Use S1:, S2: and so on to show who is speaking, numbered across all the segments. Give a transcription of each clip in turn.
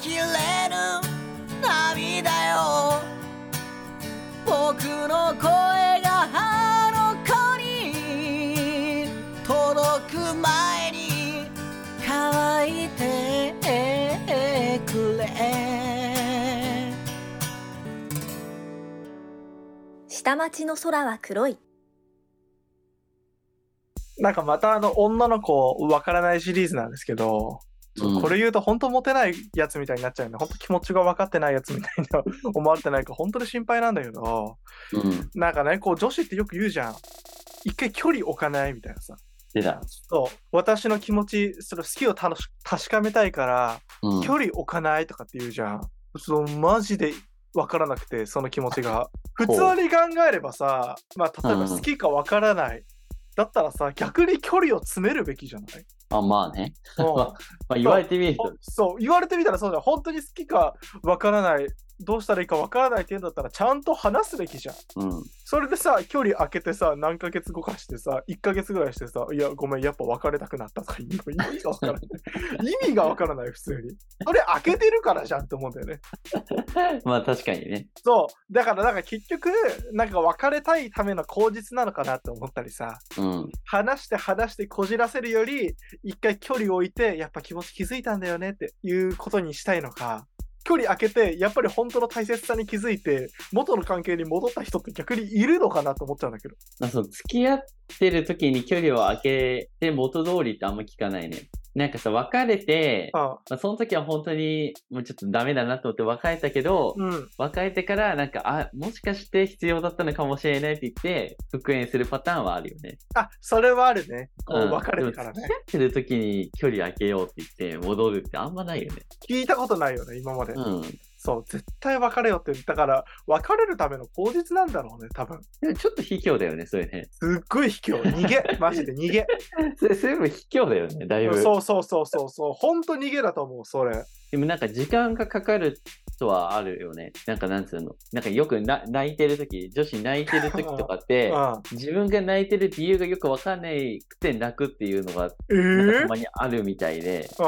S1: きれぬ涙よ僕の声があの子に届く前に乾いてくれ
S2: 下町の空は黒い。
S3: なんかまたあの女の子わからないシリーズなんですけど、
S4: うん
S3: これ言うと本当モテないやつみたいになっちゃうんで、本当気持ちが分かってないやつみたいな思われてないか本当に心配なんだけど、
S4: うん。
S3: なんかね、こう女子ってよく言うじゃん。一回距離置かないみたいなさ。
S4: 出た。
S3: そう。私の気持ち、その好きを楽し確かめたいから、
S4: うん。
S3: 距離置かないとかって言うじゃん。そのマジで分からなくて、その気持ちが。普
S4: ほ
S3: 通
S4: う
S3: に考えればさ、まあ、例えば好きか分からない。だったらさ、逆に距離を詰めるべきじゃない、
S4: あ、まあね。
S3: うん
S4: まあ、言われてみると。
S3: そう、言われてみたらそうじゃん。本当に好きかわからない、どうしたらいいかわからないって言うんだったら、ちゃんと話すべきじゃん。
S4: うん。
S3: それでさ、距離空けてさ、何ヶ月後かしてさ、1ヶ月ぐらいしてさ、いや、ごめん、やっぱ別れたくなったとか言うの意味がわからない。意味がわからない、普通に。それ開けてるからじゃんって思うんだよね。
S4: まあ、確かにね。
S3: そう、だからなんか結局、なんか別れたいための口実なのかなって思ったりさ、
S4: うん。
S3: 話して話してこじらせるより、一回距離を置いて、やっぱ気持ち気づいたんだよねっていうことにしたいのか、距離開けて、やっぱり本当の大切さに気づいて、元の関係に戻った人って逆にいるのかなと思っちゃうんだけど。
S4: まあ、そう、付き合ってる時に距離を空けて元通りってあんま聞かないね。なんかさ、別れて、
S3: ああ
S4: まあ、その時は本当にもうちょっとダメだなと思って別れたけど、
S3: うん。
S4: 別れてからなんか、あ、もしかして必要だったのかもしれないって言って、復縁するパターンはあるよね。
S3: あ、それはあるね。こ
S4: う
S3: うん別れてから
S4: でも
S3: ね。
S4: 付き合ってる時に距離空けようって言って戻るってあんまないよね。
S3: 聞いたことないよね、今まで。
S4: うん。
S3: そう、絶対別れよって言ったから、別れるための口実なんだろうね、多分。
S4: でもちょっと卑怯だよね、それね。
S3: すっごい卑怯。逃げ。マジで逃げ。
S4: それ、それも卑怯だよね、だいぶ。
S3: そうそうそうそうそう。本当逃げだと思う、それ。
S4: でもなんか時間がかかるとはあるよね。なんかなんつうの。なんかよくな泣いてる時、女子泣いてる時とかって、
S3: うん。
S4: 自分が泣いてる理由がよくわかんないくて泣くっていうのが、
S3: ええ
S4: なんかたまにあるみたいで、
S3: うん。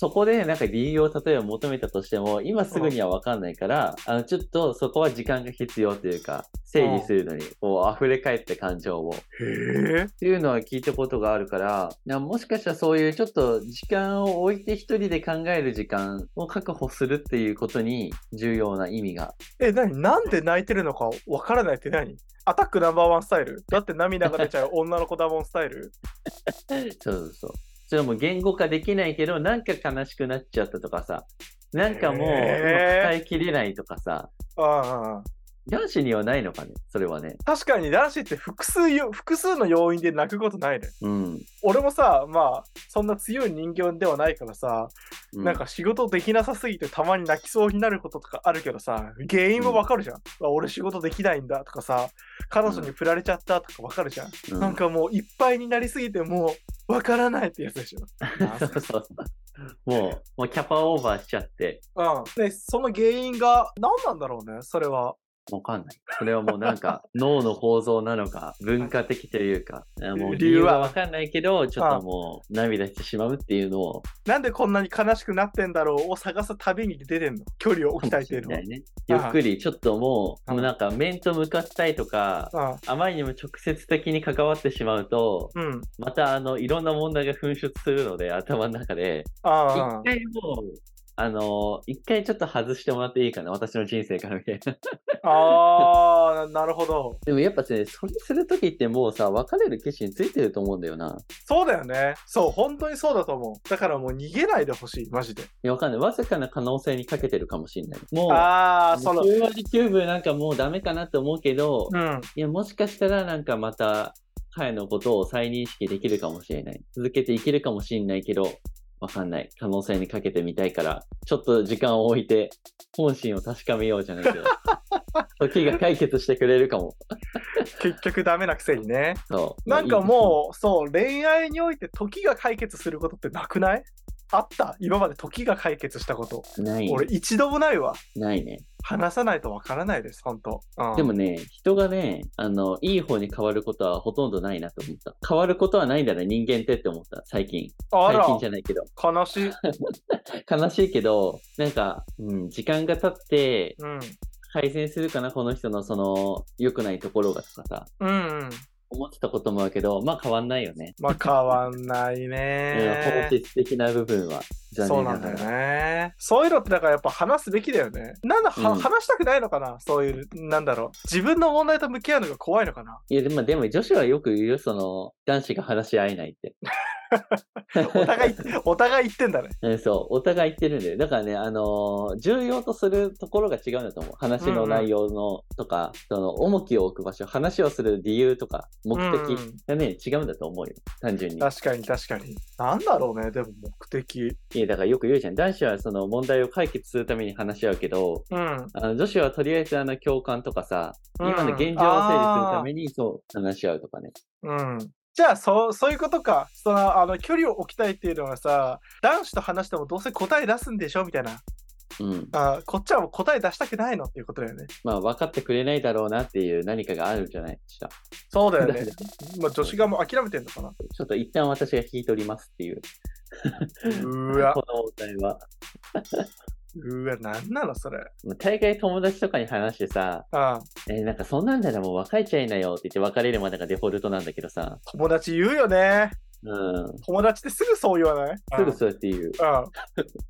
S4: そこでなんか理由を例えば求めたとしても、今すぐにはわかんないから、あのちょっとそこは時間が必要というか、整理するのに、こう溢れ返って感情を。
S3: へえ。
S4: っていうのは聞いたことがあるから、なもしかしたらそういうちょっと時間を置いて一人で考える時間を確保するっていうことに重要な意味が。
S3: え、なになんで泣いてるのかわからないって何アタックナンバーワンスタイルだって涙が出ちゃう女の子だもんスタイル
S4: そうそうそう。それも言語化できないけど、なんか悲しくなっちゃったとかさ、なんかもううまく
S3: へー
S4: 伝えきれないとかさ、
S3: うんうん。
S4: 男子にはないのかね、それはね。
S3: 確かに男子って複数よ、複数の要因で泣くことないね。
S4: うん。
S3: 俺もさ、まあ、そんな強い人間ではないからさ、
S4: う
S3: なんか仕事できなさすぎてたまに泣きそうになることとかあるけどさ、原因もわかるじゃん。あ俺仕事できないんだとかさ、彼女に振られちゃったとかわかるじゃん。
S4: うん
S3: なんかもういっぱいになりすぎてもうわからないってやつでしょ。
S4: そうそうそう。もう、もうキャパオーバーしちゃって、
S3: うん。で、その原因が何なんだろうね、それは。
S4: わかんない。それはもうな んか脳の構造なのか、文化的というか、あもう
S3: 理
S4: 理
S3: 由
S4: 由
S3: は
S4: はわかんないけど、ちょっともう涙してしまうっていうのを、
S3: なんでこんなに悲しくなってんだろうを探す旅に出てんの距離を置きたいっていうの
S4: かもしれないねゆっくり、ちょっとも
S3: うん
S4: う、もうなんか面と向かったりとか、
S3: は。
S4: あまりにも直接的に関わってしまうと、
S3: うん。 うん。
S4: またあの、いろんな問題が噴出するので、頭の中で、
S3: あ
S4: 一回もう、あの、一回ちょっと外してもらっていいかな、私の人生からみたいな。
S3: あ。ああ、なるほど。
S4: でもやっぱね、それするときってもうさ、別れる決心ついてると思うんだよな。
S3: そうだよね。そう、本当にそうだと思う。だからもう逃げないでほしい、マジで。
S4: いや、わかんない。わずかな可能性にかけてるかもしれない。もう、
S3: ああ、その、
S4: 9割9分なんかもうダメかなって思うけど、
S3: うん。
S4: いや、もしかしたらなんかまた、彼のことを再認識できるかもしれない。続けていけるかもしれないけど、わかんない。可能性にかけてみたいから、ちょっと時間を置いて、本心を確かめようじゃないけ ど、時が解決してくれるかも。
S3: 結局ダメなくせにね。
S4: そう。
S3: なんか
S4: まあいい
S3: もう、そう、恋愛において時が解決することってなくないあった今まで時が解決したこと。
S4: ない。
S3: 俺一度もないわ。
S4: ないね。
S3: 話さないとわからないです、本当、うん、
S4: でもね、人がね、あの、いい方に変わることはほとんどないなと思った。変わることはないんだね、人間ってって思った、最近。
S3: あ
S4: 最
S3: ら、
S4: 近じゃないけど。
S3: 悲しい。
S4: 悲しいけど、なんか、うん、時間が経って、
S3: うん。
S4: 改善するかな、この人のその、良くないところがとかさ、
S3: うんうん。
S4: 思ってたこともあるけど、まあ変わんないよね。
S3: まあ変わんない
S4: うん
S3: ね
S4: 本。質的な部分は。
S3: そうなんだよ。ね。そういうのってだからやっぱ話すべきだよね。なんだ、は
S4: うん
S3: 話したくないのかなそういう、なんだろう。自分の問題と向き合うのが怖いのかない
S4: や、でも、でも女子はよく言うよ、その、男子が話し合えない って。
S3: お 互い、お互い言ってんだね。
S4: うん、そう、お互い言ってるんだよ。だからね、あのー重要とするところが違うんだと思う。話の内容のとか、その重きを置く場所、話をする理由とか、目的
S3: うん
S4: がね、違うんだと思うよ。単純に。
S3: 確かに確かに。なんだろうね、でも目的。
S4: いや、だからよく言うじゃん。男子はその問題を解決するために話し合うけど、
S3: うん。
S4: あの女子はとりあえずあの共感とかさ、
S3: うん
S4: 今の現状を整理するためにそう話し合うとかね。
S3: うん。じゃあそうそういうことかそのあの距離を置きたいっていうのはさ男子と話してもどうせ答え出すんでしょみたいな
S4: うん。
S3: あこっちはもう答え出したくないのっていうことだよね
S4: まあ分かってくれないだろうなっていう何かがあるんじゃないですか。
S3: そうだ
S4: だ
S3: よ
S4: か
S3: ね
S4: ら
S3: まあ女子側も諦めてんのかな
S4: ちょっと一旦私が引き取りますっていう、
S3: うわ
S4: このお題は。
S3: うわなんなのそれ
S4: 大概友達とかに話してさ、
S3: あ
S4: えーなんかそんなんならもう別れちゃいなよって言って別れるまでがデフォルトなんだけどさ、
S3: 友達言うよね
S4: うん、
S3: 友達ってすぐそう言わない
S4: すぐそうやって言
S3: う
S4: う、
S3: ん、うん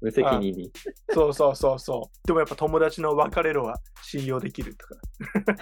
S4: 無責任に。
S3: そうそうそうそうでもやっぱ友達の別れろは信用できるとか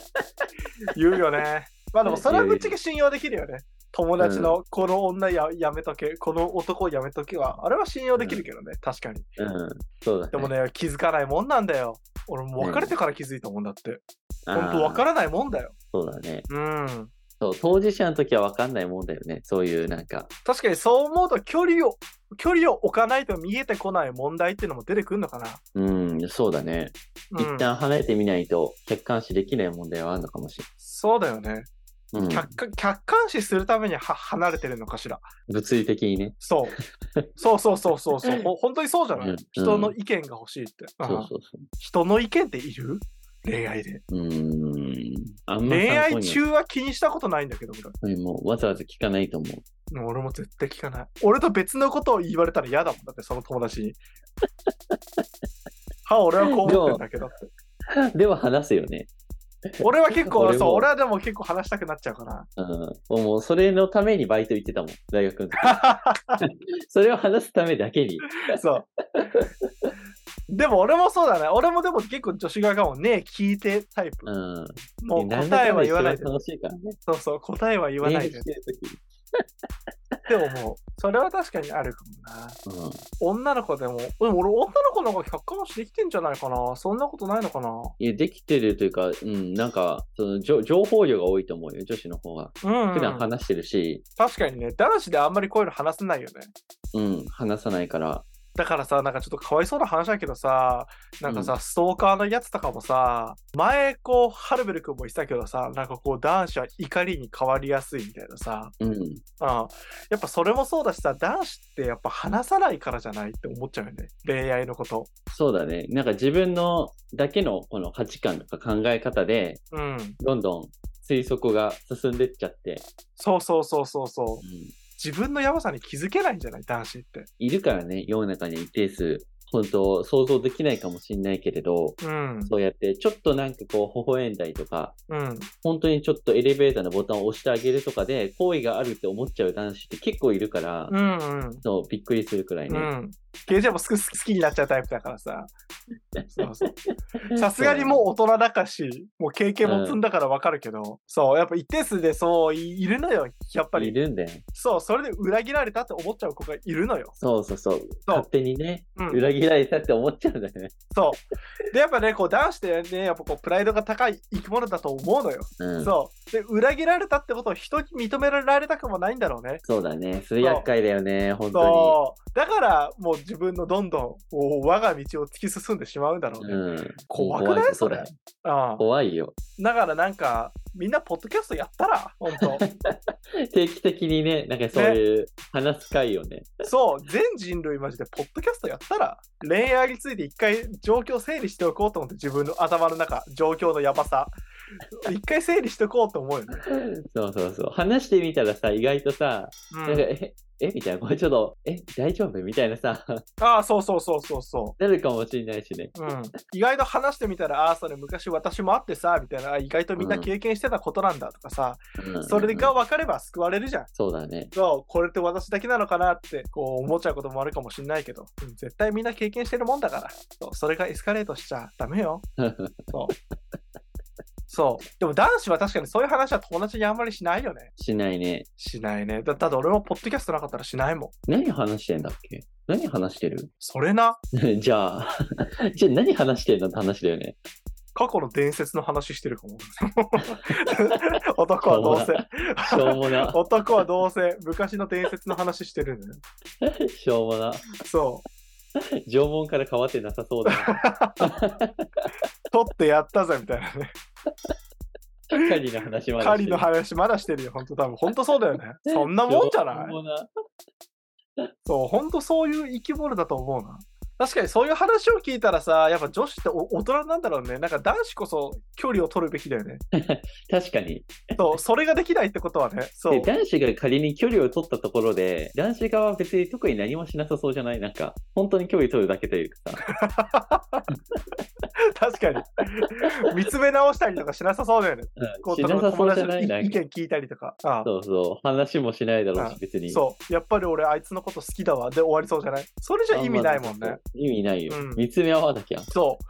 S3: 言うよねまあでもそれはぶっちゃけ信用できるよね友達のこの女ややめとけこの男やめとけはあれは信用できるけどね確かに
S4: うん、そうだね。
S3: でもね気づかないもんなんだよ俺もう別れてから気づいたもんだって、
S4: あ
S3: ほ
S4: ー、
S3: んと分からないもんだよ
S4: そうだね。
S3: うん
S4: そう、当事者の時は分かんないもんだよね。そういうなんか、
S3: 確かにそう思うと距離を距離を置かないと見えてこない問題っていうのも出てくるのかな、
S4: うん、そうだね。
S3: うん
S4: 一、旦離れてみないと客観視できない問題はあるのかもし
S3: そうだよね
S4: れない。うん、
S3: 客観客観視するためには離れてるのかしら
S4: 物理的にね。
S3: そう そうそうそうそうそうほ本当にそうじゃない、
S4: うん
S3: 人の意見が欲しいって、
S4: そう
S3: うん
S4: そうそ
S3: 人の意見っている恋愛で
S4: う。うん。あんま
S3: 恋
S4: 参考
S3: 愛
S4: には
S3: 中は気にしたことないんだけど俺
S4: もうわざわざ聞かないと思う。
S3: もう俺も絶対聞かない。俺と別のことを言われたら嫌だもんだって、その友達 に。は、俺はこう思ってんだけどって。
S4: では話すよね。
S3: 俺は結構、
S4: 俺も
S3: そう、俺はでも結構話したくなっちゃうから。
S4: うん、もうそれのためにバイト行ってたもん、大学の 時。それを話すためだけに。
S3: そう。でも俺もそうだね。俺もでも結構女子側がもうねえ聞いてタイプ。
S4: うん。
S3: もう答えは言わないで。
S4: で。楽しいからね。
S3: そうそう、答えは言わないで
S4: 恋愛。してる時
S3: でももう、それは確かにあるかもな。
S4: うん、
S3: 女の子でも、でも俺女の子の方が客観視できてんじゃないかな。そんなことないのかな。
S4: いやできてるというか、うん、なんかその情、情報量が多いと思うよ、女子の方が。
S3: うん、うん。
S4: 普段話してるし、
S3: 確かにね、男子であんまりこういうの話せないよね。
S4: うん、話さないから。
S3: だからさ、なんかちょっとかわいそうな話だけどさ、なんかさ、ストーカーのやつとかもさ、前こう、ハルベル君も言ってたけどさ、なんかこう、男子は怒りに変わりやすいみたいなさ、
S4: うん。
S3: うん、やっぱそれもそうだしさ、男子ってやっぱ話さないからじゃないって思っちゃうよね、恋愛のこと。
S4: そうだね。なんか自分のだけのこの価値観とか考え方で、
S3: うん。
S4: どんどん推測が進んでっちゃって、
S3: そうそうそうそうそうう。
S4: ん、
S3: 自分のやばさに気づけないんじゃない男子って。
S4: いるからね、世の中に一定数、本当想像できないかもしれないけれど、
S3: うん。
S4: そうやって、ちょっとなんかこう、微笑んだりとか、
S3: うん。
S4: 本当にちょっとエレベーターのボタンを押してあげるとかで、好意があるって思っちゃう男子って結構いるから、
S3: うんうん。
S4: そうびっくりするくらいうね。
S3: ん。ゲージャーもすぐ好きになっちゃうタイプだから さ。そうそう。さすがにもう大人だかし、もう経験も積んだからわかるけど、そう、やっぱ一定数でそういいるのよ、やっぱ
S4: い
S3: り。
S4: るんだよ。
S3: そう、それで裏切られたって思っちゃう子がいるのよ。
S4: そうそうそう。勝手にね、
S3: うん、
S4: 裏切られたって思っちゃうんだよね。
S3: そう。で、やっぱね、こう男子ってね、やっぱこうプライドが高い生き物だと思うのよ。
S4: うん。そう
S3: そう。で、裏切られたってことを人に認められたくもないんだろうね。
S4: だね。それ厄介だよね、本当
S3: そう。だから、もう自分のどんどんこう我が道を突き進んでしまうんだろう
S4: に。
S3: ね。
S4: うん。
S3: 怖くない
S4: 怖いこと
S3: それ
S4: だよ
S3: ああ
S4: 怖いよ。
S3: だからなんかみんなポッドキャストやったら、本
S4: 定期的にね、なんかそういう話す会をね、
S3: 当。そう、全人類マジでポッドキャストやったら、恋愛について一回状況整理しておこうと思って、自分の頭の中、状況のやばさ、一回整理しておこうと思うよね。
S4: そうそうそう、話してみたらさ、意外とさ、
S3: うん
S4: なんか、え、えみたいな、これちょっと、え、大丈夫みたいなさ、
S3: ああ、そうそうそうそうそ
S4: なるかもしれないしね。
S3: う。うん、意外と話してみたら、ああ、それ昔私もあってさ、みたいな、あ意外とみんな経験してたことなんだとかさ、
S4: うん
S3: それが分かれば救われるじゃん。
S4: そうだね。
S3: そう、これって私だけなのかなってこう思っちゃうこともあるかもしれないけど、うん絶対みんな経験してるもんだから、そうそれがエスカレートしちゃダメよ。そう。そう。でも男子は確かにそういう話は友達にあんまりしないよね。
S4: しないね。
S3: しないね。だだって俺もポッドキャストなかったらしないもん。
S4: 何話してんだっけ何話してる
S3: それな、
S4: じゃあ、 じゃあ何話してんだって話だよね。
S3: 過去の伝説の話してるかも。 男はどうせ。、
S4: しょうもな
S3: 男はどうせ昔の伝説の話してるんだよ。
S4: しょうもな。
S3: そう。
S4: 縄文から変わってなさそうだな。
S3: 取ってやったぜみたいなね。
S4: 狩りの話までしてる。
S3: 狩りの話まだしてるよ、本当多分。本当そうだよね。そんなもんじゃな
S4: しょ
S3: いう
S4: もな
S3: そう、本当そういう生き物だと思うな。確かにそういう話を聞いたらさ、やっぱ女子ってお大人なんだろうね。なんか男子こそ距離を取るべきだよね。
S4: 確かに。
S3: そう、それができないってことはね。そ
S4: で
S3: う。
S4: 男子が仮に距離を取ったところで、男子側は別に特に何もしなさそうじゃないなんか、本当に距離取るだけというかさ。
S3: 確かに。 見つめ直したりとかしなさそうだよね。
S4: う
S3: こ
S4: ん、しなさそうじゃない
S3: 友達
S4: なん
S3: の意
S4: か。
S3: 見聞いたりとか。ああ
S4: そうそう。話もしないだろう
S3: う
S4: し、別に。
S3: そう。やっぱり俺あいつのこと好きだわ。で終わりそうじゃないそれじゃ意味ないもんね。。
S4: 意味ないよ。
S3: うん
S4: 見つめ合わなきゃ。
S3: そう。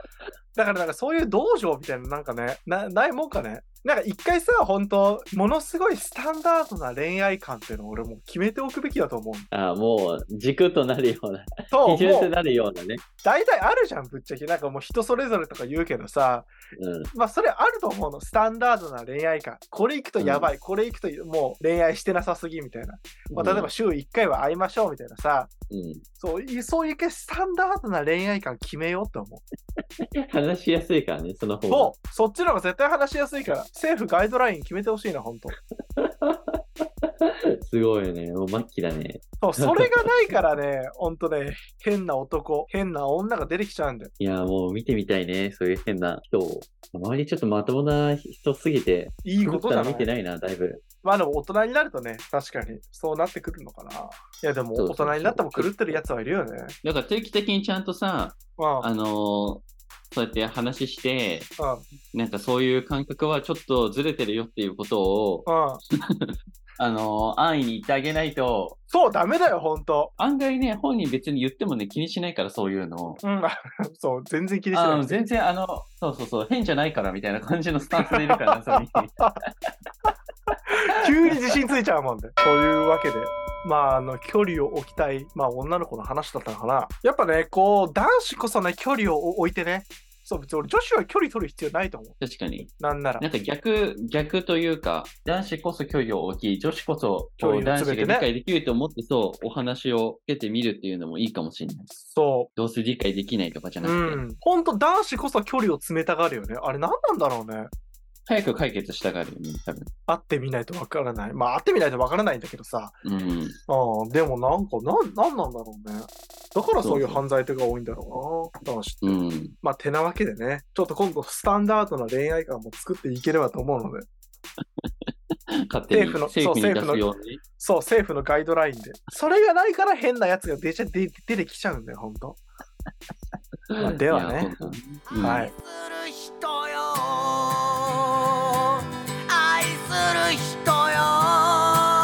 S3: だからなんかそういう道場みたいななんかね、なないもんかね。なんか一回さ、本当ものすごいスタンダードな恋愛観っていうのを俺もう決めておくべきだと思う。
S4: あもう軸となるような、
S3: そう、
S4: 基準と
S3: もう
S4: なるようなね。
S3: 大体あるじゃん、ぶっちゃけ。なんかもう人それぞれとか言うけどさ、
S4: うん、
S3: まあそれあると思うの。スタンダードな恋愛観。これ行くとやばい、これ行くともう恋愛してなさすぎみたいな。まあ例えば週1回は会いましょうみたいなさ、
S4: うん、
S3: そういう、そういう系スタンダードな恋愛観決めようって思う。
S4: 話しやすいからね、その方が。
S3: そう、そっちの方が絶対話しやすいから、政府ガイドライン決めてほしいな、本当。
S4: すごいよね。もう末期だね。
S3: そう、それがないからね、本当ね、変な男、変な女が出てきちゃうんだよ。
S4: いや、もう見てみたいね。そういう変な人を。周りちょっとまともな人すぎて、
S3: いいこと
S4: 狂
S3: だ
S4: ったの見て
S3: ね。
S4: ないな、だいぶ。
S3: まあでも大人になるとね、確かにそうなってくるのかな。いやでも
S4: そう
S3: 大
S4: そうそう
S3: 人になっても狂ってるやつはいるよね。
S4: だから定期的にちゃんとさ、
S3: うん、うん、
S4: あのーそうやって話して、
S3: う
S4: なんかそういう感覚はちょっとずれてるよっていうことを、
S3: ん。
S4: あのー安易に言ってあげないと、
S3: そう、ダメだよ、本当。
S4: 案外ね、本人別に言ってもね、気にしないから、そういうのを。
S3: うん、 そう、全然気にして
S4: あ
S3: な
S4: の
S3: い。
S4: 全然あの、そうそうそう、変じゃないからみたいな感じのスタンスでいるか ら、それに
S3: 急に自信ついちゃうもんで。というわけで、まあ、あの、距離を置きたい、まあ、女の子の話だったのかな。やっぱね、こう、男子こそね、距離を置いてね。そう、別に俺、女子は距離取る必要ないと思
S4: 確かに。
S3: う。なんなら
S4: な。んか逆、逆というか、男子こそ距離を置き、女子こそ、こ
S3: 距離を
S4: う男子が
S3: 詰め
S4: 理
S3: てね
S4: 解できると思って、そう、お話を受けてみるっていうのもいいかもしれない。
S3: そ
S4: どうせ理解できないとかじゃ
S3: う。
S4: な
S3: う
S4: くて、
S3: ん。ほんと、男子こそ距離を詰めたがるよね。あれ、何なんだろうね。
S4: 早く解決したがるよね、多分。
S3: 会ってみないとわからない。まあ、会ってみないとわからないんだけどさ。
S4: うん。
S3: うん。でも、なんか、なん、なんなんだろうね。だからそういう犯罪とか多いんだろうな、男子って。
S4: うん。
S3: まあ、てなわけでね、ちょっと今度、スタンダードな恋愛観も作っていければと思うので、
S4: 勝手に
S3: 政府のそ
S4: 政府
S3: う
S4: に出すようにね。
S3: そう、政府のガイドラインで。それがないから変なやつが出ちゃ出出てきちゃうんだよ、ほんと。まあではね
S4: いや本当にうん
S3: はい
S1: 愛する人よ愛する人よ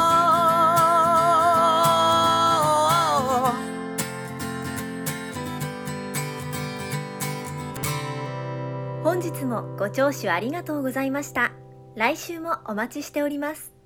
S2: 本日もご聴取ありがとうございました来週もお待ちしております